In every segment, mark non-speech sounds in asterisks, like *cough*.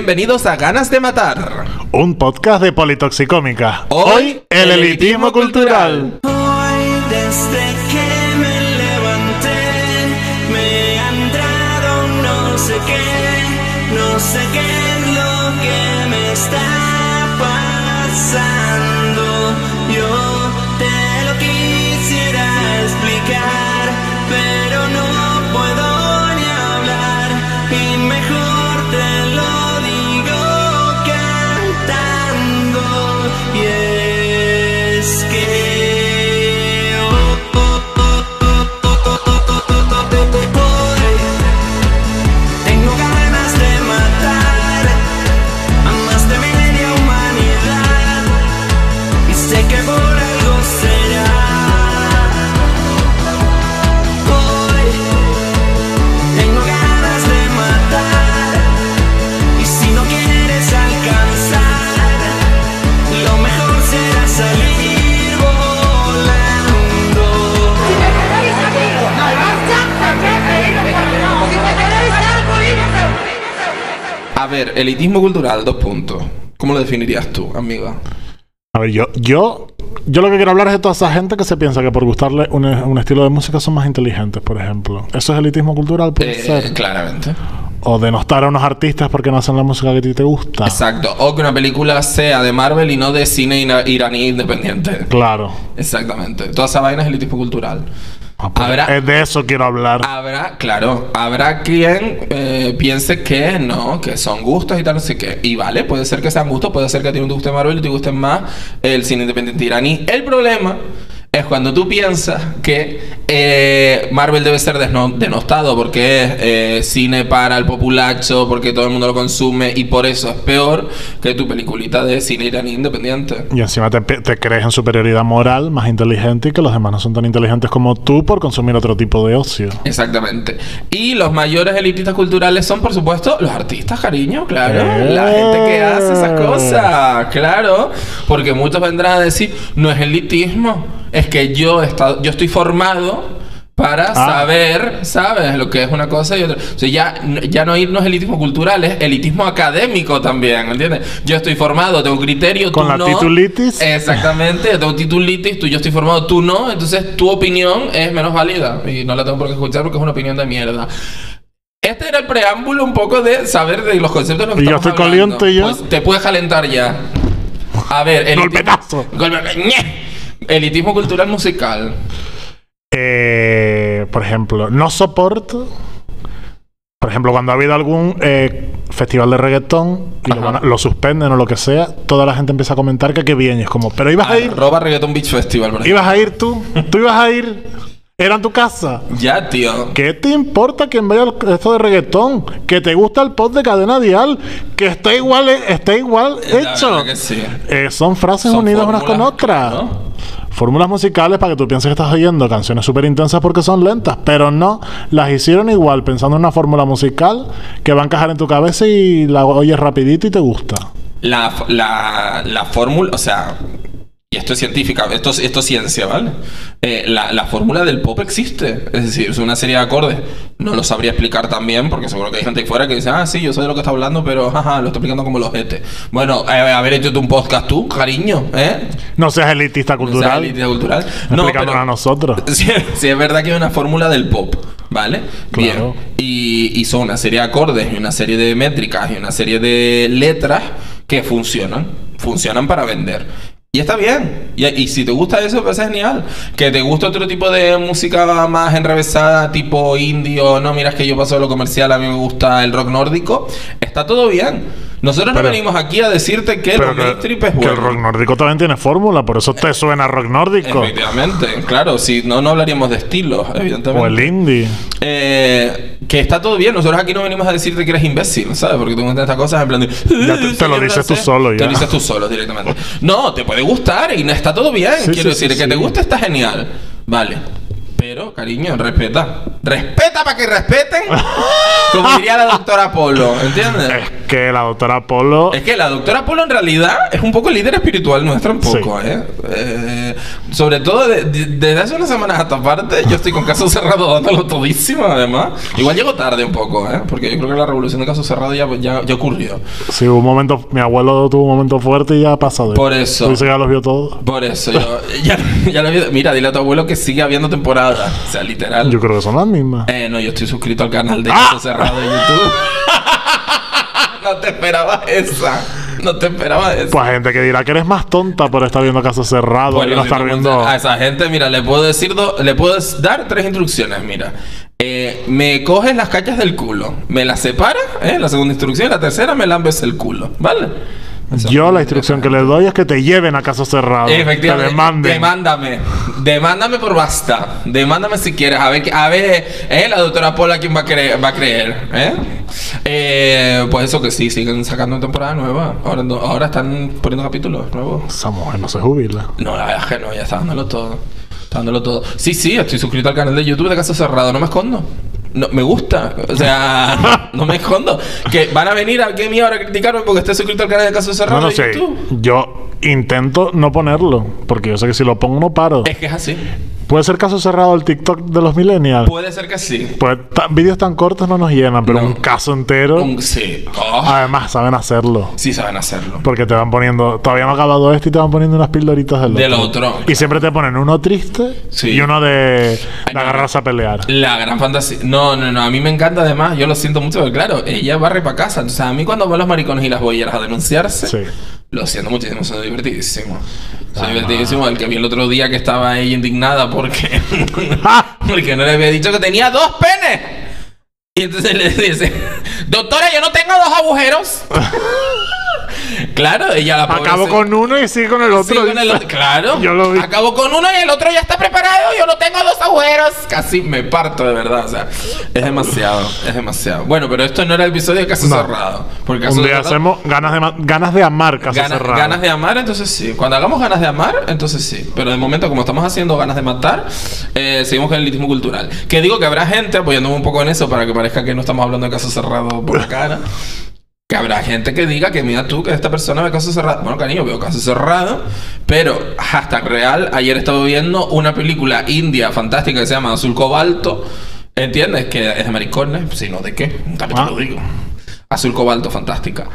Bienvenidos a Ganas de Matar. Un podcast de Politoxicómica. Hoy, Hoy, el elitismo cultural. Hoy desde que me levanté me ha entrado un no sé qué, no sé qué es lo que me está pasando. Yo te lo quisiera explicar, pero no puedo ni hablar y mejor te lo digo cantando. Y es que tengo ganas de matar a más de media humanidad y sé que por algo será. Hoy tengo ganas de matar y si no quieres alcanzar, lo mejor será salir volando. Si me queréis a mí, basta, también pediros perdón. Si me queréis algo, iros a A ver, elitismo cultural, dos puntos. ¿Cómo lo definirías tú, amiga? A ver, yo, yo, yo lo que quiero hablar es de toda esa gente que se piensa que por gustarle un, un estilo de música son más inteligentes, por ejemplo. ¿Eso es elitismo cultural? Puede Eh, ser. claramente. O denostar a unos artistas porque no hacen la música que a ti te gusta. Exacto. O que una película sea de Marvel y no de cine ira- iraní independiente. Claro. Exactamente. Toda esa vaina es elitismo cultural. Ah, pues, Habrá- Ah. Es de eso quiero hablar. Habrá, claro, habrá quien eh, piense que no, que son gustos y tal, no sé qué. Y vale, puede ser que sean gustos, puede ser que a ti no te guste Marvel y te guste más el cine independiente iraní. El problema es cuando tú piensas que eh, Marvel debe ser desno- denostado porque es eh, cine para el populacho, porque todo el mundo lo consume y por eso es peor que tu peliculita de cine iraní independiente. Y encima te, pi- te crees en superioridad moral, más inteligente y que los demás no son tan inteligentes como tú por consumir otro tipo de ocio. Exactamente. Y los mayores elitistas culturales son, por supuesto, los artistas, cariño, claro. Eh. La gente que hace esas cosas, claro. Porque muchos vendrán a decir, no es elitismo, es que yo, he estado- yo estoy formado para saber, ¿sabes? Lo que es una cosa y otra. O sea, ya, ya no irnos elitismo cultural, es elitismo académico también, ¿entiendes? Yo estoy formado, tengo criterio, Con tú la no. titulitis. Exactamente, yo tengo titulitis, tú yo estoy formado, tú no, entonces tu opinión es menos válida y no la tengo por qué escuchar porque es una opinión de mierda. Este era el preámbulo un poco de saber de los conceptos de los que Y yo estamos estoy hablando. caliente ya. Pues te puedes calentar ya. A ver, elitismo- Golpetazo. Golpe- ¡Ñe! Elitismo cultural musical. Eh, por ejemplo, no soporto. Por ejemplo, cuando ha habido algún eh, festival de reggaetón y lo, Ajá. van a- lo suspenden o lo que sea, toda la gente empieza a comentar que qué bien. Y es como, pero ibas a ir, Arroba Reggaeton Beach Festival, por ejemplo. ibas a ir tú, tú ibas a ir, era en tu casa. Ya, tío. ¿Qué te importa quién vaya al esto de reggaetón? Que te gusta el pop de cadena dial, que está igual, está igual La hecho. verdad que sí. Eh, son frases Son unidas unas con fórmulas, otras. ¿no? Fórmulas musicales para que tú pienses que estás oyendo canciones súper intensas porque son lentas, pero no, las hicieron igual pensando en una fórmula musical que va a encajar en tu cabeza y la oyes rapidito y te gusta. La, f- la, la fórmula, o sea, y esto es científica, esto, es- esto es ciencia, ¿vale? Eh, la, la fórmula del pop existe, es decir, es una serie de acordes. No lo sabría explicar también, porque seguro que hay gente ahí fuera que dice, ah, sí, yo sé de lo que está hablando, pero *laughs* jaja, lo está explicando como los este. Bueno, eh, haber hecho tú un podcast tú, cariño, ¿eh? No seas elitista cultural. O sea, elite cultural. No, Explicándonos pero- a nosotros. *laughs* Sí, sí, es verdad que hay una fórmula del pop, ¿vale? Claro. Bien. Y, y son una serie de acordes, y una serie de métricas, y una serie de letras que funcionan. Funcionan para vender. Y está bien. Y, y si te gusta eso, pues es genial. Que te gusta otro tipo de música más enrevesada, tipo indie, o no, miras que yo paso de lo comercial, a mí me gusta el rock nórdico. Está todo bien. Nosotros no Pero- venimos aquí a decirte que lo Pero mainstream que, es que bueno. el rock nórdico también tiene fórmula, por eso te suena rock nórdico. Efectivamente, claro, si no, no hablaríamos de estilos, evidentemente. O el indie. Eh, que está todo bien, nosotros aquí no venimos a decirte que eres imbécil, ¿sabes? Porque tú encuentras estas cosas en plan de. "Eh, Ya te- te lo "Sí, dices gracias". tú solo, Te ya. lo dices tú solo *laughs* directamente. No, te puede gustar y no- está todo bien. Sí, Quiero sí, decir, sí, que sí. te guste está genial. Vale. Pero, cariño, *laughs* respeta. Respeta para que respeten. Como diría la doctora Polo, ¿entiendes? que la doctora Polo. Es que la doctora Polo en realidad es un poco líder espiritual nuestro, un poco, ¿eh? Eh, Sobre todo de- de- desde hace unas semanas hasta parte, yo estoy con Caso Cerrado dándolo todísimo, además. Igual llego tarde un poco, ¿eh? Porque yo creo que la revolución de Caso Cerrado ya, ya, ya ocurrió. Sí, hubo un momento. Mi abuelo tuvo un momento fuerte y ya ha pasado. Por eso. Dice que ya los vio todos. Por eso, yo, ya, ya lo había- Mira, dile a tu abuelo que sigue habiendo temporada. O sea, literal. Yo creo que son las mismas. Eh, no, yo estoy suscrito al canal de Caso Cerrado de YouTube. *laughs* no te esperaba esa. No te esperaba esa. Pues gente que dirá que eres más tonta por estar viendo casos cerrados Bueno, y no si estar tú viendo. pones A esa gente, mira, le puedo decir, do- le puedo s- dar tres instrucciones, mira. Eh, me coges las cachas del culo, me las separas, ¿eh? la segunda instrucción, y la tercera me lambes el culo, ¿vale? Eso. Yo la instrucción que le doy es que te lleven a casos cerrados. Efectivamente. Te demanden. Demándame. Demándame por basta. Demándame si quieres. A ver, qué- a ver, eh, la doctora Paula quién va a creer, va a creer, ¿eh? Eh, pues eso que sí, siguen sacando temporada nueva. Ahora, no- ahora están poniendo capítulos nuevos. Esa mujer no se jubila. No, la verdad es que no, ya está dándolo todo. Está dándolo todo. Sí, sí, estoy suscrito al canal de YouTube de Caso Cerrado, no me escondo. No, me gusta, o *laughs* sea, no me escondo. Que van a venir a Game ahora a criticarme porque estoy suscrito al canal de Caso Cerrado No, no de sé. YouTube. Yo intento no ponerlo. Porque yo sé que si lo pongo no paro. Es que es así. ¿Puede ser caso cerrado el TikTok de los millennials? Puede ser que sí. Pues ta- vídeos tan cortos no nos llenan, pero No. un caso entero. Un- sí. Oh, Además, saben hacerlo. sí saben hacerlo. Porque te van poniendo. Todavía no ha acabado este y te van poniendo unas pildoritas del otro. Del otro. Y siempre te ponen uno triste Sí. y uno de, de no. agarrarse a pelear. La gran fantasía. No, no, no. A mí me encanta además. Yo lo siento mucho, pero claro, ella barre para casa. O sea, a mí cuando van los maricones y las boyeras a denunciarse, Sí. lo siento muchísimo. Son divertidísimo. Son divertidísimo. El que vi el otro día que estaba ella indignada *laughs* porque. *laughs* porque no le había dicho que tenía dos penes. Y entonces le dice: Doctora, yo no tengo dos *laughs* agujeros. claro, ella la pobre Acabo se- con uno y sigo con el Sí, otro. con el otro- claro. Yo lo vi. Acabo con uno y el otro ya está preparado. Yo no tengo dos agujeros. Casi me parto, de verdad. O sea, es demasiado. Es demasiado. Bueno, pero esto no era el episodio de Caso No. Cerrado. Porque Caso Un día Cerrado- hacemos ganas de, ma- ganas de amar caso Ganas, cerrado. ganas de amar, entonces sí. Cuando hagamos ganas de amar, entonces sí. Pero de momento, como estamos haciendo ganas de matar, eh, seguimos con el elitismo cultural. Que digo que habrá gente, apoyándome un poco en eso, para que parezca que no estamos hablando de caso cerrado por la cara. Que habrá gente que diga que mira tú, que esta persona ve caso cerrado. Bueno, cariño, veo caso cerrado. Pero, hashtag real, ayer estaba viendo una película india fantástica que se llama Azul Cobalto. ¿Entiendes? Que es de maricones, sino de qué. También Ah. te lo digo. Azul Cobalto, fantástica.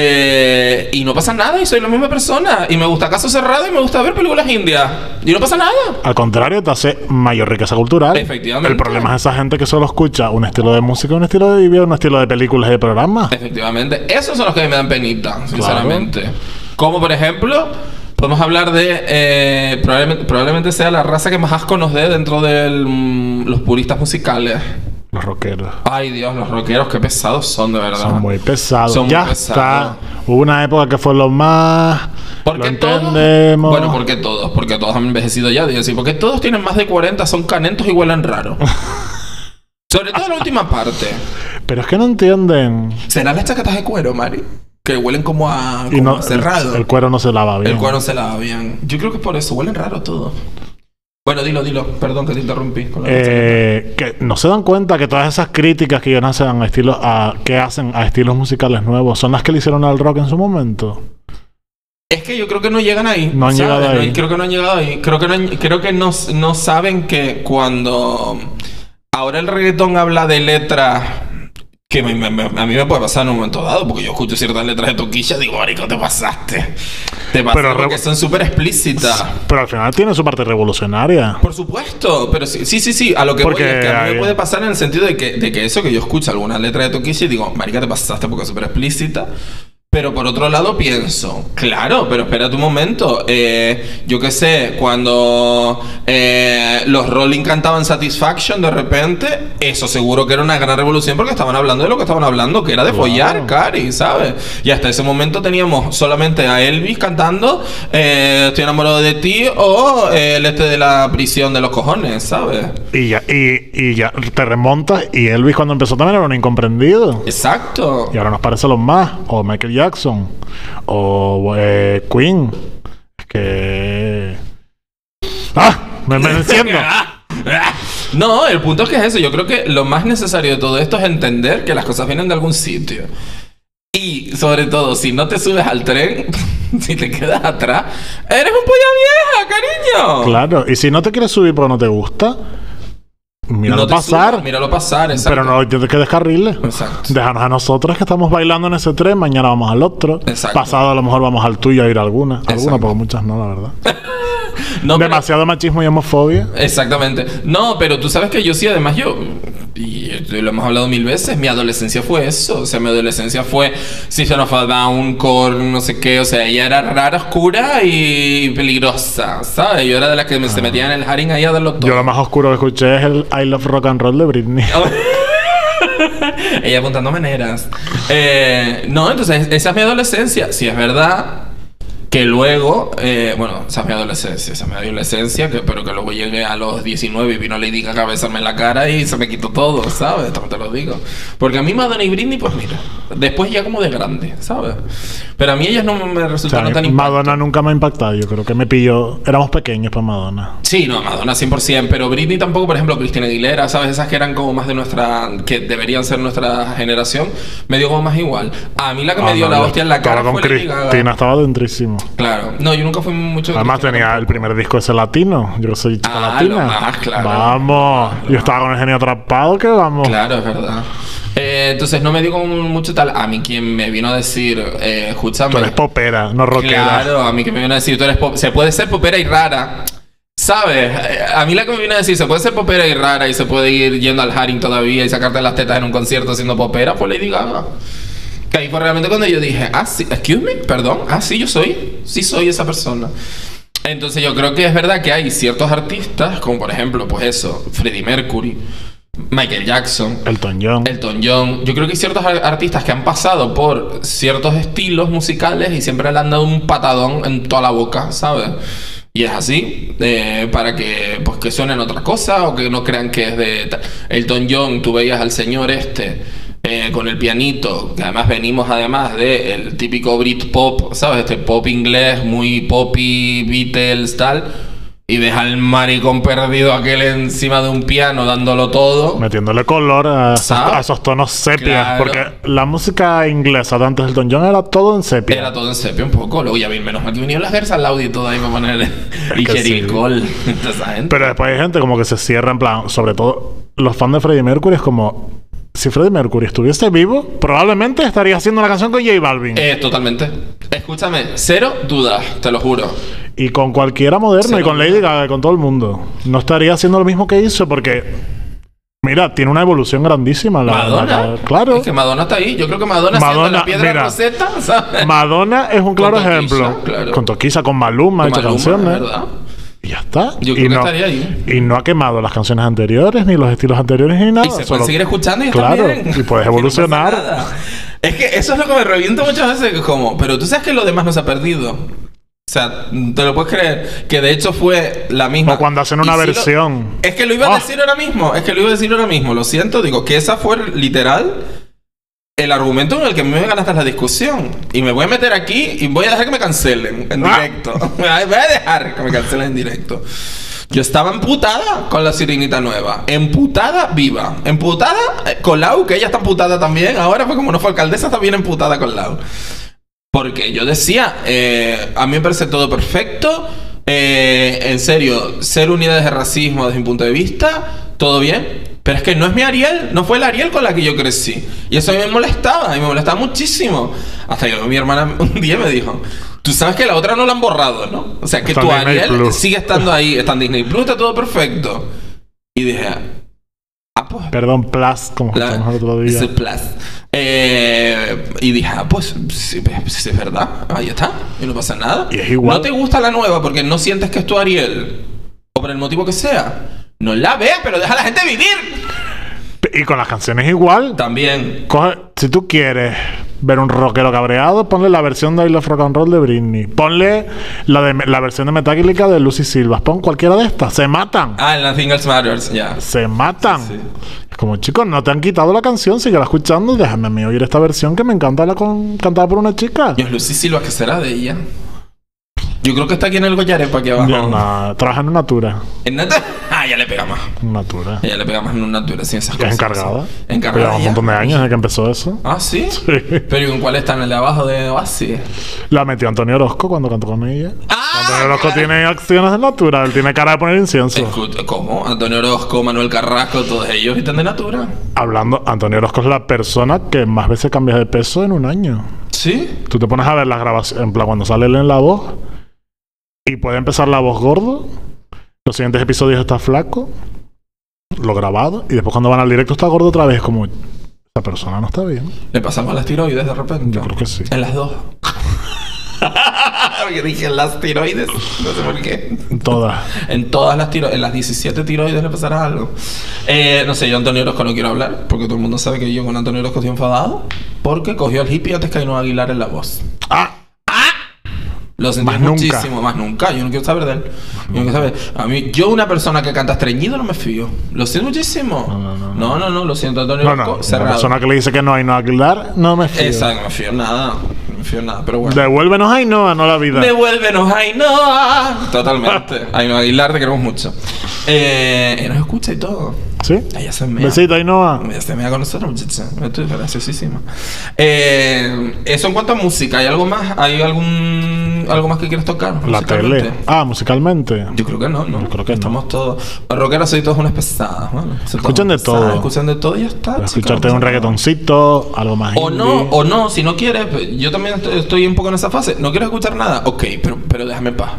Eh, y no pasa nada, y soy la misma persona. Y me gusta caso cerrado y me gusta ver películas indias. Y no pasa nada. Al contrario, te hace mayor riqueza cultural. Efectivamente. El problema es esa gente que solo escucha un estilo de música, un estilo de video, un estilo de películas y de programas. Efectivamente, esos son los que me dan penita, sinceramente. Como por ejemplo, podemos hablar de. eh, probablemente, probablemente sea la raza que más asco nos dé dentro de los puristas musicales. Los rockeros. Ay Dios, los rockeros, qué pesados son, de verdad. Son muy pesados. Ah. Son muy ya pesados. está. Hubo una época que fue lo más. ¿Por lo qué todos? entendemos. Bueno, porque todos, porque todos han envejecido ya. Digo, sí, porque todos tienen más de 40, son canentos y huelen raro. *laughs* Sobre todo la última parte. Pero es que no entienden. ¿Serán las chaquetas de cuero, Mari? Que huelen como a, como Y a no, cerrado. el, el cuero no se lava bien. El cuero se lava bien. Yo creo que por eso huelen raro todo. Bueno, dilo, dilo. Perdón que te interrumpí. con la Eh, que no se dan cuenta que todas esas críticas que ellos hacen a estilos a, que hacen a estilos musicales nuevos son las que le hicieron al rock en su momento. Es que yo creo que no llegan ahí. No han llegado No, ahí. creo que no han llegado ahí. Creo que no, han- creo que no, no saben que cuando ahora el reggaetón habla de letras que me- me- me- a mí me puede pasar en un momento dado, porque yo escucho ciertas letras de toquilla y digo, marico, te pasaste. Te pasaste Pero re- porque son súper explícitas. Pero al final tiene su parte revolucionaria. Por supuesto, pero sí, sí, sí, sí, a lo que Porque voy es que a mí hay- me puede pasar en el sentido de que, de que eso que yo escucho alguna letra de Toquishi y digo, marica, te pasaste porque es súper explícita. Pero por otro lado pienso, claro, pero espérate un momento. eh, yo qué sé, cuando eh, los Rolling cantaban Satisfaction de repente, eso seguro que era una gran revolución porque estaban hablando de lo que estaban hablando, que era de follar, Cari, ¿sabes? Y hasta ese momento teníamos solamente a Elvis cantando eh, Estoy enamorado de ti o eh, el este de la prisión de los cojones, ¿sabes? Y ya, y, y ya te remontas. Y Elvis cuando empezó también era un incomprendido. Exacto. Y ahora nos parece los más. O Michael Jackson. O eh, Queen. Es que. ¡Ah! *laughs* Me me enciendo. No, el punto es que es eso. Yo creo que lo más necesario de todo esto es entender que las cosas vienen de algún sitio. Y sobre todo, si no te subes al tren, *laughs* si te quedas atrás, eres un polla vieja, cariño. Claro, y si no te quieres subir porque no te gusta, míralo te pasar. subas, míralo pasar, exacto. pero no tienes que descarriles. Exacto. Déjanos a nosotros que estamos bailando en ese tren. Mañana vamos al otro. Exacto. Pasado a lo mejor vamos al tuyo a ir a alguna. Alguna, Exacto. porque muchas no, la verdad. No, pero- Demasiado machismo y homofobia. Exactamente. No, pero tú sabes que yo sí, además yo, y esto lo hemos hablado mil veces, mi adolescencia fue eso. O sea, mi adolescencia fue System of a Down, Korn, no sé qué. O sea, ella era rara, oscura y peligrosa, ¿sabes? Yo era de las que me- se metían en el haring ahí a darlo todo. Yo lo más oscuro que escuché es el I Love Rock and Roll de Britney. *laughs* Ella apuntando maneras. Eh, no, entonces, esa es mi adolescencia. Si es verdad que luego, eh, bueno, esa es mi adolescencia, esa es mi adolescencia, que, pero que luego llegué a los 19 y vino Lady Gaga a besarme en la cara y se me quitó todo, ¿sabes? También te lo digo. Porque a mí Madonna y Britney, pues mira, después ya como de grande, ¿sabes? Pero a mí ellas no me O sea, resultaron tan impactantes. Madonna nunca me ha impactado. Yo creo que me pilló. Éramos pequeños para Madonna. Sí, no, Madonna 100%, pero Britney tampoco, por ejemplo, Cristina Aguilera, ¿sabes? Esas que eran como más de nuestra, que deberían ser nuestra generación, me dio como más igual. A mí la que me Ah, dio no, la yo hostia en la estaba cara con fue Lady Gaga. Cristina estaba dentrísimo. Claro, no, yo nunca fui mucho... de Además Cristina tenía el primer disco ese latino. Yo soy chica Ah, latina. lo más, claro. Vamos. Yo estaba con el genio atrapado que vamos. Claro, es verdad. Eh, entonces no me dio como mucho tal. A mí quien me vino a decir, eh, escúchame. Tú eres popera, no rockera. Claro, a mí que me viene a decir, tú eres pop- se puede ser popera y rara. ¿Sabes? Eh, A mí la que me viene a decir, se puede ser popera y rara y se puede ir yendo al Haring todavía y sacarte las tetas en un concierto siendo popera, pues Lady Gaga. Que ahí fue realmente cuando yo dije, ah, sí, excuse me, perdón, ah, sí, yo soy, sí soy esa persona. Entonces yo creo que es verdad que hay ciertos artistas, como por ejemplo, pues eso, Freddie Mercury, Michael Jackson, Elton John. Elton John. Yo creo que hay ciertos ar- artistas que han pasado por ciertos estilos musicales y siempre le han dado un patadón en toda la boca, ¿sabes? Y es así, eh, para que pues que suenen otra cosa o que no crean que es de... ta- Elton John, tú veías al señor este eh, con el pianito, que además venimos además del típico Britpop, ¿sabes? Este pop inglés, muy poppy, Beatles, tal. Y ves al maricón perdido aquel encima de un piano dándolo todo. Metiéndole color a, esos- ¿Sabes? a esos tonos sepias. Ah. Claro. Porque la música inglesa de antes del Elton John era todo en sepia. Era todo en sepia un poco, luego ya vi menos mal que vinieron las Gersas Laudi y todo ahí para *laughs* poner y que Cheryl sí. Cole, *laughs* toda esa gente. Pero después hay gente como que se cierra en plan, sobre todo los fans de Freddie Mercury es como si Freddie Mercury estuviese vivo, probablemente estaría haciendo una canción con J Balvin. Eh, totalmente. Escúchame, cero dudas, te lo juro. Y con cualquiera moderno Se y con lo- Lady Gaga, y con todo el mundo. No estaría haciendo lo mismo que hizo porque, mira, tiene una evolución grandísima. La, Madonna. la- claro. Es que Madonna está ahí. Yo creo que Madonna, siendo Madonna, la piedra mira. roseta, *laughs* ¿sabes? Madonna es un claro Toquilla, ejemplo. claro. Con Toquisa, con Maluma, ha hecho Maluma, canciones. Ah, ¿verdad? Y ya está. Yo creo y que no, estaría ahí. Y no ha quemado las canciones anteriores, ni los estilos anteriores, ni nada. Y se pueden Solo- seguir escuchando y Claro, está bien. *laughs* Que y puedes no pasa evolucionar. nada. es que eso es lo que me reviento muchas veces, que como, pero tú sabes que lo demás no se ha perdido. O sea, te lo puedes creer, que de hecho fue la misma. O cuando hacen Y una sí lo- versión. es que lo iba a Ah. decir ahora mismo, es que lo iba a decir ahora mismo, lo siento, digo, que esa fue literal el argumento con el que me ganaste la discusión. Y me voy a meter aquí y voy a dejar que me cancelen en Ah. directo. *laughs* voy a dejar que me cancelen en directo. Yo estaba emputada con la sirenita nueva. Emputada viva. Emputada eh, con Lau, que ella está emputada también. Ahora, pues como no fue alcaldesa, está bien emputada con Lau. Porque yo decía, eh, a mí me parece todo perfecto. eh, en serio, ser unidades de racismo desde mi punto de vista, todo bien. Pero es que no es mi Ariel, no fue el Ariel con la que yo crecí. Y eso a mí me molestaba, y me molestaba muchísimo. Hasta que mi hermana *laughs* un día me dijo, tú sabes que la otra no la han borrado, ¿no? O sea, que Está tu en Disney Ariel Plus. sigue estando ahí, está en Disney Plus, está todo perfecto. Y dije, ah, pues Perdón, Plus, como la- escuchamos el otro día. ese plus. Eh, y dije, ah, pues sí, pues, sí, es verdad, ahí está, y no pasa nada. Y es igual. No te gusta la nueva porque no sientes que es tu Ariel, o por el motivo que sea. No la veas, pero deja a la gente vivir. Y con las canciones igual. También. Coge- si tú quieres ver un rockero cabreado, ponle la versión de I Love Rock and Roll de Britney. Ponle la, de, la versión de Metallica de Lucy Silvas. Pon cualquiera de estas. Se matan. Ah, en la Else Matters, ya. Se matan. Sí, sí. Es como, chicos, no te han quitado la canción, sigue escuchando. Déjame a mí oír esta versión que me encanta la con- cantada por una chica. Dios, Lucy Silva, ¿qué será de ella? Yo creo que está aquí en el Goyarepa, aquí abajo. Ya, no, trabaja en Natura. En Nat- *laughs* Ah, ella le pega más. Natura. Ella le pega más en una altura sin esas Que es cosas. encargada. sí. Encargada. Lleva un ya. montón de años desde que empezó eso. Ah, ¿sí? *laughs* Sí. Pero ¿y con cuál está en el de abajo de Oasis? La metió Antonio Orozco cuando cantó con ella. Ah, Antonio Orozco claro. tiene acciones de Natura. Él tiene cara de poner incienso. Escucha, ¿Cómo? Antonio Orozco, Manuel Carrasco, todos ellos están de Natura. Hablando, Antonio Orozco es la persona que más veces cambia de peso en un año. ¿Sí? Tú te pones a ver las grabaciones, en plan, cuando sale él en la voz, y puede empezar la voz gordo, los siguientes episodios está flaco, lo grabado, y después cuando van al directo está gordo otra vez, es como, esta persona no está bien. ¿Le pasamos las tiroides de repente? Yo creo que sí. En las *laughs* dos. Porque dije las tiroides. No sé por qué. Todas. En todas las tiroides, en las 17 tiroides le pasará algo. Eh, no sé, yo Antonio Orozco no quiero hablar, porque todo el mundo sabe que yo con Antonio Orozco estoy enfadado, porque cogió al hippie antes que a Ainhoa Aguilar en la voz. ¡Ah! Lo sentí Más nunca. muchísimo, más nunca. Yo no quiero saber de él. Yo no quiero saber. A mí, yo una persona que canta estreñido no me fío. Lo siento muchísimo. No, no, no. lo siento, Antonio No, Orozco. no. La cerrado. persona que le dice que no hay no Aguilar, no me fío. Esa, no me fío en nada. No me fío en nada, pero bueno. Devuélvenos a Ainhoa, no la vida. Devuélvenos Ainhoa. *laughs* Totalmente. Ainhoa Aguilar, te queremos mucho. Eh, y nos escucha y todo. ¿Sí? Ella se mea. Besito, Ainhoa. Ella se mea con nosotros, muchacha. Esto es graciosísima. Eh, eso en cuanto a música. ¿Hay algo más? ¿Hay algún algo más que quieras tocar? La musicalmente? tele. Ah, musicalmente. Yo creo que no, ¿no? Yo creo que no. Estamos todos. Rockeros soy todos unas pesadas, bueno, soy todos Escuchan de unas pesadas, todo. Escuchan de todo y ya está. chicos, Escucharte no pasa un nada. reggaetoncito, algo más O no, indie. o no, si no quieres, pues, yo también est- estoy un poco en esa fase. No quiero escuchar nada, ok, pero, pero déjame en paz.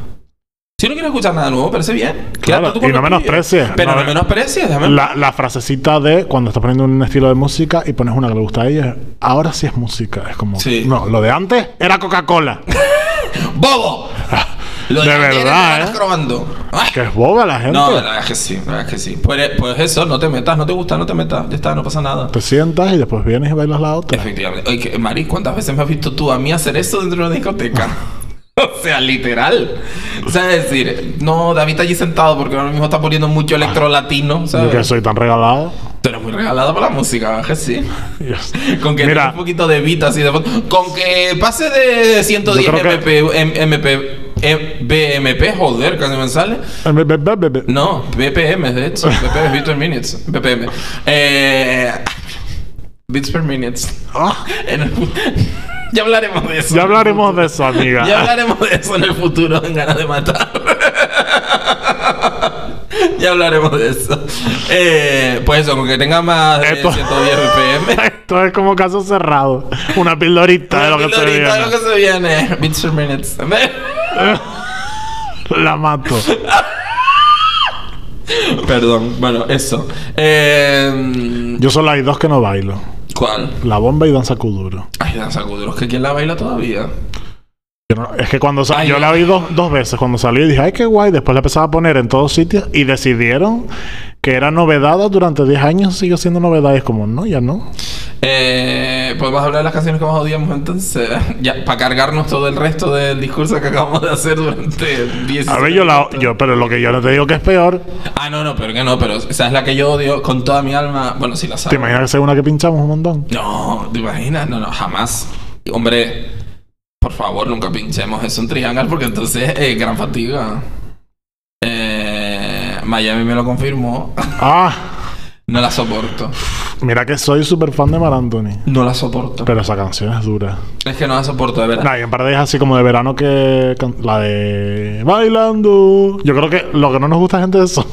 Si no quieres escuchar nada nuevo, parece bien. Claro, Quédate tú con y lo no tuyo. menosprecies. Pero no, No, menosprecies, déjame en La, la frasecita de cuando estás poniendo un estilo de música y pones una que le gusta a ella, ahora sí es música. Es como. Sí. No, lo de antes era Coca-Cola. paz. *laughs* ¡Bobo! Lo De antes verdad, era que ¿eh? robando. Ay. que es boba la *laughs* gente. No, la verdad es que sí, la verdad es que sí. Pues, pues eso, no te metas, no te gusta, no te metas. Ya está, no pasa nada. Te sientas y después vienes y bailas la otra. Efectivamente. Oye, que, Mari, ¿cuántas veces me has visto tú a mí hacer eso dentro de una discoteca? *laughs* o sea, literal. O sea, es decir, no, David está allí sentado porque ahora mismo está poniendo mucho electro latino, Yo que ¿sabes? soy tan regalado. Tú eres muy regalado para la música, ¿verdad que sí? *laughs* Y es- Con que tenga Mira, un poquito de beat así de fondo. Con que pase de 110 Yo creo que- MP, em- MP, em- BMP, joder, casi me sale. be- be- be- be- be- No, BPM, de *laughs* hecho. BPM es beats per minutes. BPM. Eh, beats per minutes. Ah, En el fu- *laughs* ya hablaremos de eso. ya hablaremos de eso, *laughs* Ya amiga. hablaremos de eso en el futuro en ganas de matar. *laughs* ya hablaremos de eso. Eh, pues eso, con que tenga más de Esto- 110 *laughs* BPM. *laughs* Esto es como caso cerrado. Una pildorita de lo que se Ahorita lo que viene. se viene. Beats per minutes. *laughs* La mato. Perdón, bueno, eso. Eh, Yo solo hay dos que no bailo. ¿Cuál? La bomba y danza kuduro. Ay, danza Kuduro, es que quién la baila todavía. Yo no- Es que cuando sa- Ay, yo no. la vi dos, dos veces cuando salió y dije, ay, qué guay. Después la empezaba a poner en todos sitios y decidieron que era novedad durante 10 años, sigue siendo novedad. Y es como, no, ya no. Eh, Podemos hablar de las canciones que más odiamos entonces. *laughs* Ya, para cargarnos todo el resto del discurso que acabamos de hacer durante 10 A ver, yo la. Yo, pero lo que yo no te digo que es peor, Ah, no, no, pero que no, pero esa es la que yo odio con toda mi alma. Bueno, si la ¿te sabes. imaginas que sea una que pinchamos un montón? No, ¿te imaginas? No, no, jamás. Hombre, por favor, nunca pinchemos eso en Triangle porque entonces eh, gran fatiga. Eh, Miami me lo confirmó. *laughs* Ah, No la soporto. mira que soy súper fan de Mar Anthony. No la soporto. Pero esa canción es dura. Es que no la soporto, de verdad. Nah, y un par de días así como de verano que. can- La de. Bailando. Yo creo que lo que no nos gusta es gente de eso.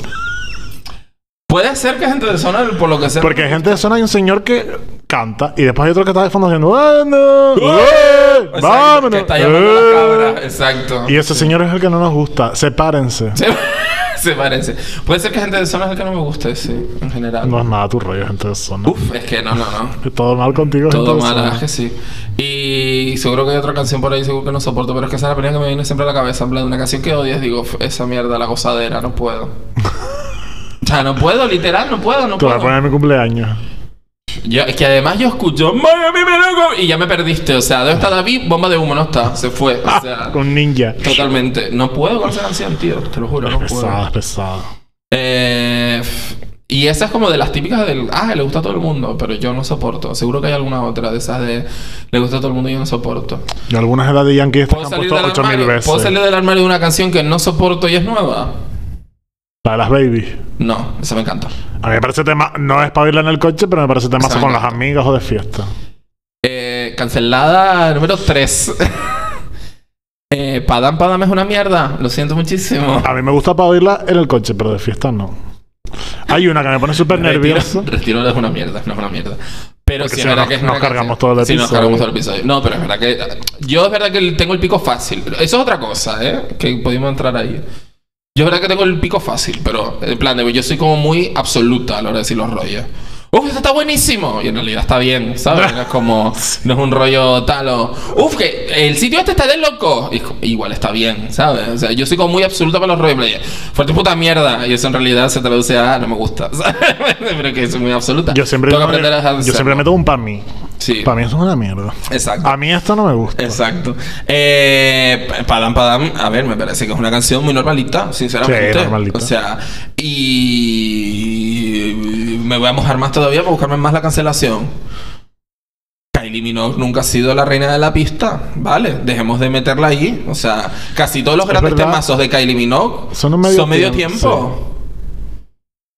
Puede ser que gente de zona, por lo que sea. Porque hay gente de zona, hay un señor que canta y después hay otro que está de fondo haciendo ¡Bueno! ¡Eh! O sea, ¡Vámonos! que está llamando a ¡Eh! la cabra. Exacto. Y ese señor es el que no nos gusta. Sepárense. *laughs* Se, se parece. Puede ser que gente de zona es el que no me guste, sí, en general. No es nada tu rollo, gente de zona. Uf, es que no, no, no. Todo mal contigo, Todo gente de mal, la zona. verdad es que sí. Y seguro que hay otra canción por ahí, seguro que no soporto, pero es que esa es la primera que me viene siempre a la cabeza. En plan, una canción que odias, digo, "F- esa mierda, la gozadera, no *laughs* puedo. o sea, no puedo, literal, no puedo, no Te voy a puedo. poner en mi cumpleaños. Yo- es que además yo escucho, Miami me lo co-", y ya me perdiste. O sea, ¿dónde está David? Bomba de humo, no está, se fue. O sea, Ah, Con ninja. totalmente. No puedo con esa canción, tío, te lo juro, no Pesada, puedo. es pesada. Eh, f- y esa es como de las típicas del. Ah, le gusta a todo el mundo, pero yo no soporto. Seguro que hay alguna otra de esas de. Le gusta a todo el mundo y yo no soporto. Y algunas edades de Yankee estas ¿Puedo que han salir, puesto del 8000 armario? veces. ¿Puedo salir del armario de una canción que no soporto y es nueva? La de las babies. No, esa me encanta. A mí me parece tema. No es para irla en el coche, pero me parece tema Exacto. con las amigas o de fiesta. Eh, cancelada número 3. *laughs* eh, Padam Padam es una mierda. Lo siento muchísimo. A mí me gusta para oírla en el coche, pero de fiesta no. Hay una que me *laughs* pone súper Retiro, nervioso. Retiro no es una mierda, no es una mierda. Pero Porque sí es si verdad no, que es nos una cargamos canción- todo el Sí, nos episodio. cargamos todo el episodio. No, pero es verdad que. Yo es verdad que tengo el pico fácil. Eso es otra cosa, ¿eh? Que pudimos entrar ahí. Yo es verdad que tengo el pico fácil, pero en plan de. Yo soy como muy absoluta a la hora de decir los rollos. Uf, esto está buenísimo. Y en realidad está bien, ¿sabes? No es *laughs* como. No es un rollo tal o. Uf, que el sitio este está de loco. Y es como, igual está bien, ¿sabes? O sea, yo soy como muy absoluta para los rollos. en plan de, Fuerte puta mierda. Y eso en realidad se traduce a no me gusta. *laughs* ¿sabes? Pero que soy muy absoluta. Yo siempre, Tengo que aprender a dejar de yo siempre serlo. meto un para mí. Sí. Para mí eso es una mierda. Exacto. A mí esto no me gusta. Exacto. Eh, Padam Padam, a ver, me parece que es una canción muy normalita, sinceramente. Sí, normalita. O sea, y me voy a mojar más todavía para buscarme más la cancelación. Kylie Minogue nunca ha sido la reina de la pista, ¿vale? Dejemos de meterla ahí. O sea, casi todos los Es grandes verdad. temazos de Kylie Minogue Son un medio tiempo. tiempo,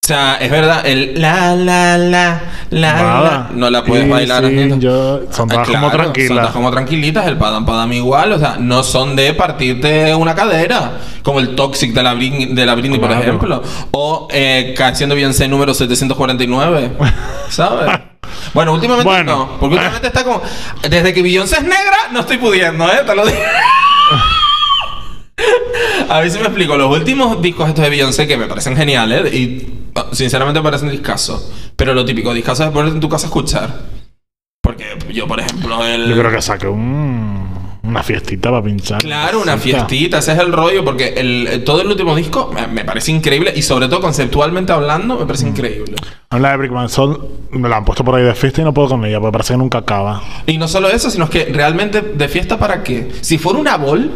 O sea, es verdad, el la la la la, la Nada. no la puedes Y bailar. sí, Arnaldo. yo- son Ah, todas como claro, tranquilas. Son todas como tranquilitas, el padam padam igual, o sea, no son de partirte una cadera, como el Toxic de la Britney, de la Britney por Claro. ejemplo, o eh, canción de Beyoncé número *laughs* 749, ¿sabes? Bueno, últimamente Bueno. no, porque últimamente está como, desde que Beyoncé es negra, no estoy pudiendo, ¿eh? Te lo digo. *laughs* A ver si me explico. Los últimos discos estos de Beyoncé que me parecen geniales y ah, sinceramente me parecen discasos. Pero lo típico, discasos es ponerte en tu casa a escuchar. Porque yo, por ejemplo, el... Yo creo que saqué un- una fiestita para pinchar. Claro, una Fiesta. fiestita, ese es el rollo, porque el, eh, todo el último disco me, me parece increíble y sobre todo conceptualmente hablando me parece increíble. Habla de Brickman Soul, me la han puesto por ahí de fiesta y no puedo con ella, porque parece que nunca acaba. Y no solo eso, sino que realmente de fiesta para qué? Si fuera una bol,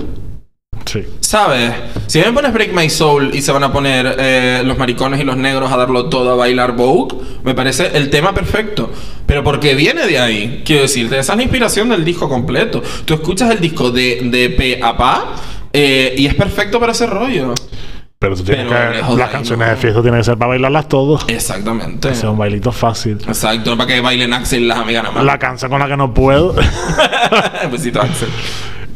Sí. ¿Sabes? Si me pones Break My Soul y se van a poner eh, los maricones y los negros a darlo todo a bailar Vogue, me parece el tema perfecto. Pero porque viene de ahí, quiero decirte, esa es la inspiración del disco completo. Tú escuchas el disco de, de pe a pa eh, y es perfecto para ese rollo. Pero tú tienes Pero, que. lejos de las ahí, canciones no. Eh, de fiesta tienen que ser para bailarlas todos. Exactamente. Ese es un bailito fácil. Exacto, no para que bailen Axel y las amigas nada más. La canción con la que no puedo. *laughs* *laughs* Besito, Axel.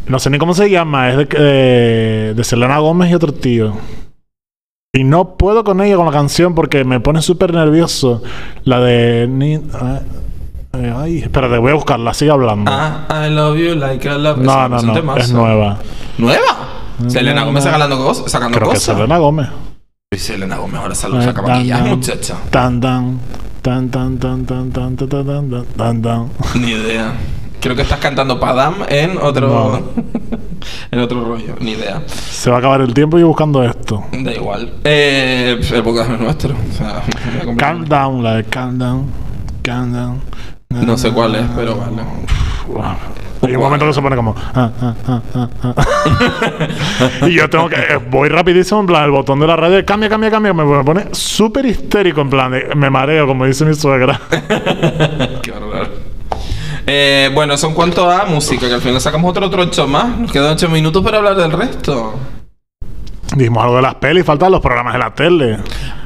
no sé ni cómo se llama. Es de, eh, de- de Selena Gómez y otro tío. Y no puedo con ella, con la canción, porque me pone súper nervioso. La de. ni- ah, eh, Ay, espérate, voy a buscarla, sigue hablando. Ah, I love you like I love no, no, un no, temazo. es nueva. ¿Nueva? Selena Gómez sacando, cos- sacando Creo que es cosas. Selena Gómez. Y Selena Gómez ahora Eh, sale, saca tan, maquillaje, tan. muchacha. Tan, tan, tan, tan, tan, tan, tan, tan, tan, tan, tan, tan, tan. Ni idea. Creo que estás cantando Padam en otro. *laughs* en otro rollo. Ni idea. Se va a acabar el tiempo y buscando esto. Da igual. Eh, el podcast no es nuestro. O sea, me voy a comprar- Calm down, la de calm down, calm down. no sé cuál es, pero vale. Hay un momento que se pone como. ah, ah, ah, ah, ah. *laughs* y yo tengo que. eh, Voy rapidísimo, en plan, el botón de la radio, cambia, cambia, cambia. Me me pone súper histérico, en plan, de- me mareo, como dice mi suegra. *laughs* Qué horror. Eh, bueno, son cuanto a música, que al final sacamos otro troncho más. Nos quedan 8 minutos para hablar del resto. Dijimos algo de las pelis, faltan los programas de la tele.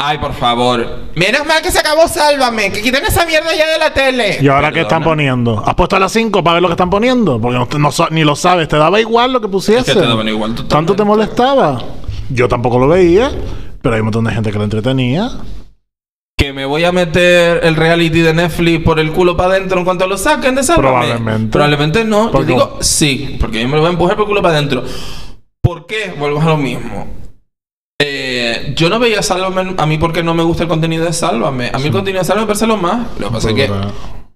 Ay, por favor. Menos mal que se acabó Sálvame. Que quiten esa mierda ya de la tele. ¿Y ahora qué están Perdona. poniendo? ¿Has puesto a las 5 para ver lo que están poniendo? Porque no, no sa- ni lo sabes, te daba igual lo que pusiese. Es que te daban igual totalmente. ¿Tanto te molestaba? Yo tampoco lo veía, pero hay un montón de gente que lo entretenía. Que me voy a meter el reality de Netflix por el culo para adentro en cuanto lo saquen de Sálvame. Probablemente. Probablemente no. Yo ¿Por qué? digo sí, porque yo me lo voy a empujar por el culo para adentro. ¿Por qué? Volvemos a lo mismo. Eh, yo no veía Sálvame a mí porque no me gusta el contenido de Sálvame. A mí el contenido de Sálvame me parece lo más. Lo que pasa es que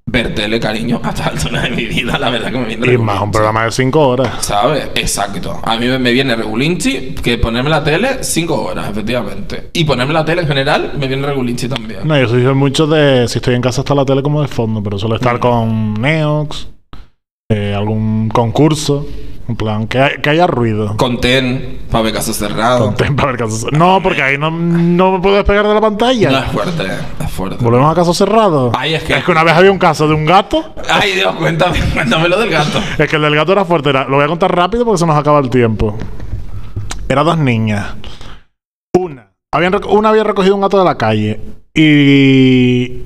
ver tele, cariño, *laughs* a esta altura de mi vida, la verdad que me viene Y más un programa de 5 horas. ¿Sabes? Exacto. A mí me- me viene regulinchi que ponerme la tele cinco horas, efectivamente. Y ponerme la tele en general me viene regulinchi también. No, yo soy mucho de. Si estoy en casa, está la tele como de fondo, pero suelo estar con Neox, eh, algún concurso. En plan, que, hay- que haya ruido. con TEN, Fabe Caso Cerrado. *laughs* Para ver casos- No, porque ahí no, no me puedo despegar de la pantalla. No es fuerte, es fuerte. Volvemos a casos cerrados. Ay, es que- una vez había un caso de un gato. Ay, Dios, cuéntame, cuéntame lo del gato. Es que el del gato era fuerte. era- lo voy a contar rápido porque se nos acaba el tiempo. Eran dos niñas. Una Habían reco- una había recogido un gato de la calle y,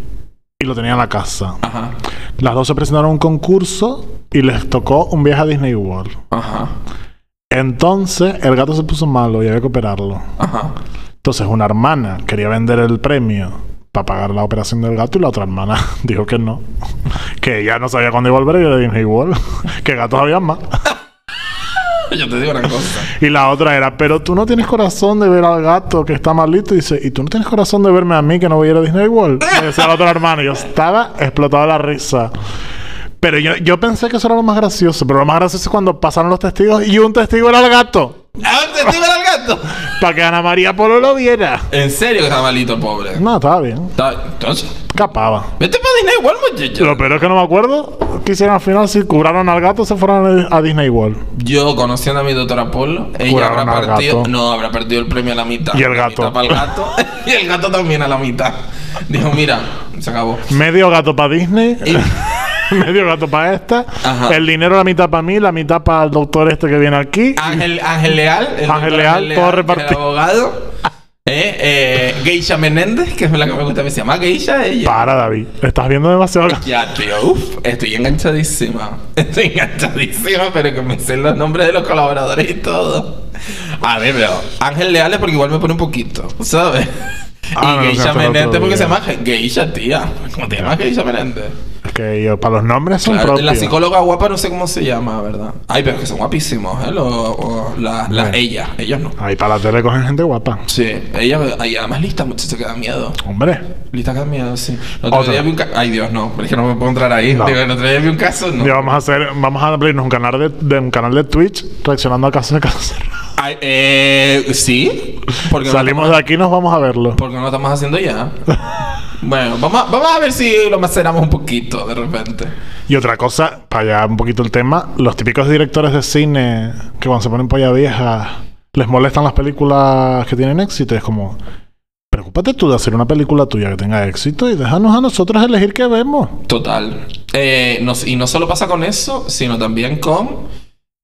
y lo tenía en la casa. Ajá. Las dos se presentaron a un concurso y les tocó un viaje a Disney World. Ajá. Entonces, el gato se puso malo y había que operarlo. Ajá. Entonces, una hermana quería vender el premio para pagar la operación del gato y la otra hermana *laughs* dijo que no. Que ella no sabía cuándo iba a volver y yo le dije igual, *laughs* que gatos había más. Yo te digo una cosa. Y la otra era, pero tú no tienes corazón de ver al gato que está malito. Y dice, y tú no tienes corazón de verme a mí que no voy a ir a Disney World. Le decía la otra hermana. Y yo estaba explotado de la risa. Pero yo, yo pensé que eso era lo más gracioso. Pero lo más gracioso es cuando pasaron los testigos y un testigo era el gato. ¡Ah, te estoy viendo al gato! Para que Ana María Polo lo viera. En serio que está malito el pobre. No, estaba bien. Está- Entonces, Escapaba. vete para Disney World, muchacho. Lo peor es que no me acuerdo qué hicieron al final. Si curaron al gato, se fueron a a Disney World. Yo, conociendo a mi doctora Polo, ella Curaron habrá al partido. gato. No, habrá perdido el premio a la mitad. Y el La gato. mitad para el gato. *laughs* y el gato también a la mitad. Dijo, mira, se acabó. *laughs* Medio gato para Disney. Y- *laughs* medio gato para esta. Ajá. El dinero la mitad para mí, la mitad para el doctor este que viene aquí. Ángel, Ángel Leal. el Ángel doctor Leal, todo que era repartido. abogado. Eh, eh, Geisha Menéndez, que es la que me gusta, me se llama Geisha. Ella. Para, David. Estás viendo demasiado. gato. Ya, tío, uff, estoy enganchadísima. *laughs* Estoy enganchadísima, pero que me sé los nombres de los colaboradores y todo. A ver, pero Ángel Leales porque igual me pone un poquito, ¿sabes? Ah, no, y no, Geisha no, no, no, Menéndez porque se todavía. llama Ge- Geisha, tía. ¿Cómo te llamas Geisha Menéndez? Es que yo, para los nombres son Claro, propios. la psicóloga guapa no sé cómo se llama, ¿verdad? Ay, pero que son guapísimos, ¿eh? Los, o- las- las- Bueno. ellas, ellos no. Ahí para la tele cogen gente guapa. Sí, ellas, ay, además listas, muchachos, que dan miedo. Hombre. Listas que dan miedo, sí. El otro Otra. día vi un ca- Ay, Dios, no, pero es que no me puedo entrar ahí. No. Digo, el otro día vi un caso, no. Ya vamos a hacer, vamos a abrirnos un canal de, de- un canal de Twitch reaccionando a casos de cáncer. Ay, eh, sí. Porque Salimos no, de aquí y nos vamos a verlo. porque no lo estamos haciendo ya. bueno, vamos a, vamos a ver si lo maceramos un poquito de repente. Y otra cosa, para allá un poquito el tema, los típicos directores de cine que cuando se ponen polla vieja les molestan las películas que tienen éxito. Es como, preocúpate tú de hacer una película tuya que tenga éxito y déjanos a nosotros elegir qué vemos. Total. Eh, no- y no solo pasa con eso, sino también con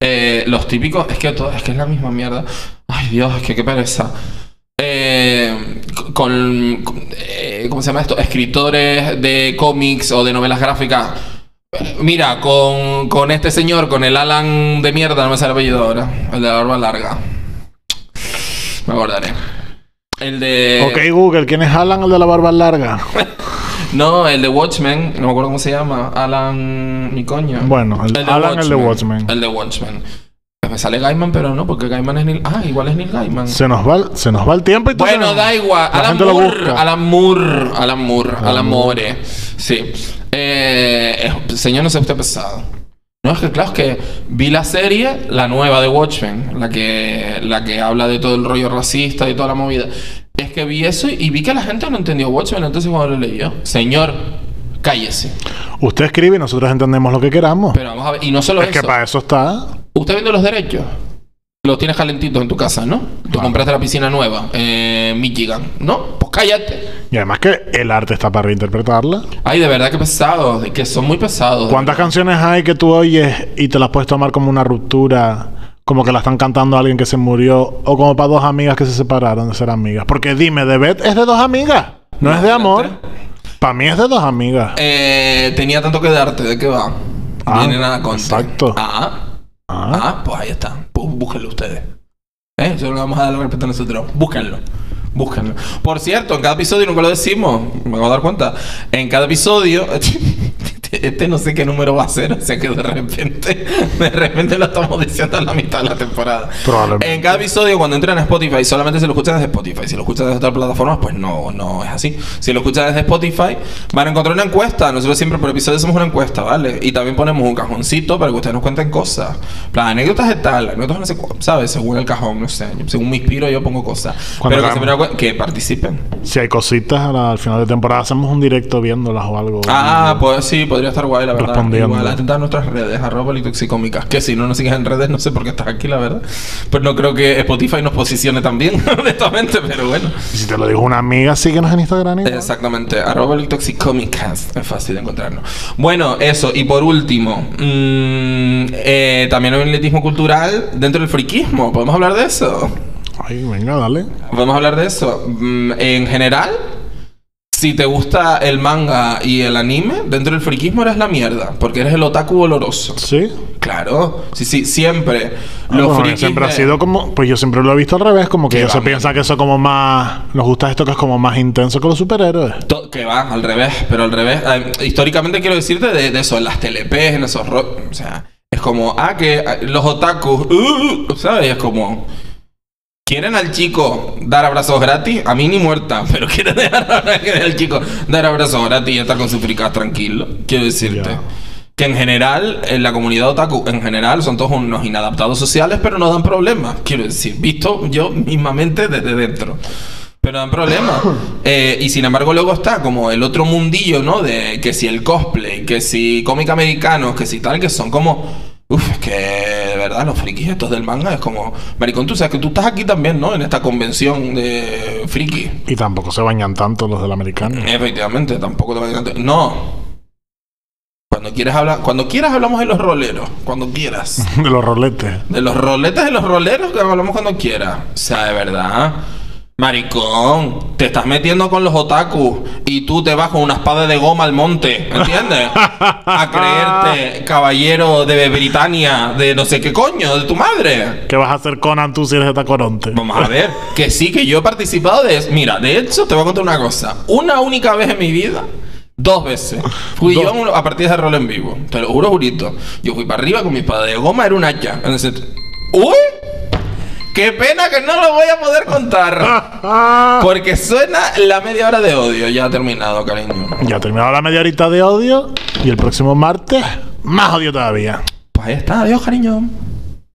eh, los típicos. Es que todo, es que es la misma mierda. Ay, Dios, es que qué pereza. Eh, con. con- eh, ¿Cómo se llama esto? Escritores de cómics o de novelas gráficas. Eh, Mira, con, con este señor, con el Alan de mierda, no me sale el apellido ahora. El de la barba larga. Me acordaré. El de. ok, Google, ¿quién es Alan, el de la barba *laughs* larga? No, el de Watchmen, no me acuerdo cómo se llama. Alan, mi coño. Bueno, el- Alan, el de Watchmen. El de Watchmen. Pues me sale Gaiman, pero no, porque Gaiman es Neil. Ah, igual es Neil Gaiman. Se nos va, el- se nos va el tiempo y Bueno, tenemos- da igual. La Alan gente lo Moore, busca. Alan Moore, Alan Moore, Alan Moore. Moore. Sí. Eh, eh, señor, no se usted pesado. No, es que claro, es que vi la serie, la nueva de Watchmen, la que, la que habla de todo el rollo racista y toda la movida. Es que vi eso y vi que la gente no entendió Watchmen, entonces cuando lo leyó, señor, cállese. Usted escribe y nosotros entendemos lo que queramos. Pero vamos a ver, y no solo es que eso. para eso está. Usted vende los derechos. Los tienes calentitos en tu casa, ¿no? Tú Ah. compraste la piscina nueva, eh, Michigan, ¿no? Pues cállate. Y además que el arte está para reinterpretarla. Ay, de verdad que pesados, de que son muy pesados. ¿Cuántas canciones hay que tú oyes y te las puedes tomar como una ruptura? Como que la están cantando a alguien que se murió. O como para dos amigas que se separaron de ser amigas. Porque dime, The Bet es de dos amigas. No es de amor. Para mí es de dos amigas. Eh, tenía tanto que darte, ¿de qué va? Ah, Viene nada con. exacto. Ah, Ah, ah, pues ahí está. Pues búsquenlo ustedes. ¿Eh? Eso lo vamos a dar respeto a nosotros. Búsquenlo. Búsquenlo. Por cierto, en cada episodio, nunca lo decimos, me acabo de dar cuenta. En cada episodio, *laughs* este, este no sé qué número va a ser, o sea que de repente, de repente lo estamos diciendo a la mitad de la temporada. Probablemente. En cada episodio, cuando entran a Spotify, solamente se lo escuchan desde Spotify. Si lo escuchan desde otras plataformas, pues no, no es así. Si lo escuchan desde Spotify, van a encontrar una encuesta. Nosotros siempre por episodio hacemos una encuesta, ¿vale? Y también ponemos un cajoncito para que ustedes nos cuenten cosas. En Plan, anécdotas de tal, anécdotas no sé, cu- ¿sabes? Según el cajón, no sé. Según me inspiro, yo pongo cosas. Cuando Pero que, hagamos. siempre hago- que participen. si hay cositas, ahora al final de temporada hacemos un directo viéndolas o algo. Ah, pues sí, podría estar guay, la verdad. Respondiendo. Igual, atenta a nuestras redes, arroba Litoxicómicas. Que si no nos sigues en redes, no sé por qué estás aquí, la verdad. Pues no creo que Spotify nos posicione tan bien, *laughs* honestamente, pero bueno. Y si te lo dijo una amiga, síguenos en Instagram. igual. Exactamente, arroba Litoxicómicas. Es fácil de encontrarnos. Bueno, eso. Y por último, mm, eh, también hay un elitismo cultural dentro del friquismo. ¿Podemos hablar de eso? Ay, venga, dale. Podemos hablar de eso. Mm, En general, si te gusta el manga y el anime, dentro del friquismo eres la mierda, porque eres el otaku oloroso. Sí. Claro, sí, sí, siempre. Ah, Los bueno, frikis siempre ha de- sido como. Pues yo siempre lo he visto al revés, como que Que ellos se vamos. piensa que eso como más. Nos gusta esto que es como más intenso que los superhéroes. To- que va, al revés, pero al revés. Eh, históricamente quiero decirte de, de eso, en las telepes, en esos ro- O sea, es como, ah, que ah, los otakus, uh, uh, ¿sabes? Es como. Quieren al chico dar abrazos gratis, a mí ni muerta, *laughs* pero quieren dejar al chico dar abrazos gratis y estar con su fricas tranquilo. Quiero decirte. Ya. Que en general, en la comunidad otaku, en general, son todos unos inadaptados sociales, pero no dan problemas. Quiero decir, visto yo mismamente desde dentro. Pero dan problemas. Eh, y sin embargo, luego está como el otro mundillo, ¿no? De que si el cosplay, que si cómic americanos, que si tal, que son como. Uf, es que de verdad, los frikis estos del manga es como. Maricón, tú sabes que tú estás aquí también, ¿no? En esta convención de friki. Y tampoco se bañan tanto los del americano. Efectivamente, tampoco te va a quedar- No. Cuando quieras hablar, cuando quieras hablamos de los roleros, cuando quieras. *laughs* De los roletes. De los roletes de los roleros que hablamos cuando quieras. O sea, de verdad. Maricón, te estás metiendo con los otakus y tú te vas con una espada de goma al monte, ¿entiendes? A creerte caballero de Britania, de no sé qué coño, de tu madre. ¿Qué vas a hacer Conan tú si eres de Tacoronte? Vamos a ver, que sí, que yo he participado de eso. Mira, de hecho, te voy a contar una cosa. Una única vez en mi vida, dos veces, fui Dos. yo a un- a partidas de rol en vivo. Te lo juro, jurito. Yo fui para arriba con mi espada de goma, era un hacha. Entonces, ¡Uy! ¡Qué pena que no lo voy a poder *laughs* contar! Ah, Porque suena la media hora de odio. Ya ha terminado, cariño. *laughs* ya terminado la media horita de odio. Y el próximo martes, más odio todavía. Pues ahí está, adiós, cariño.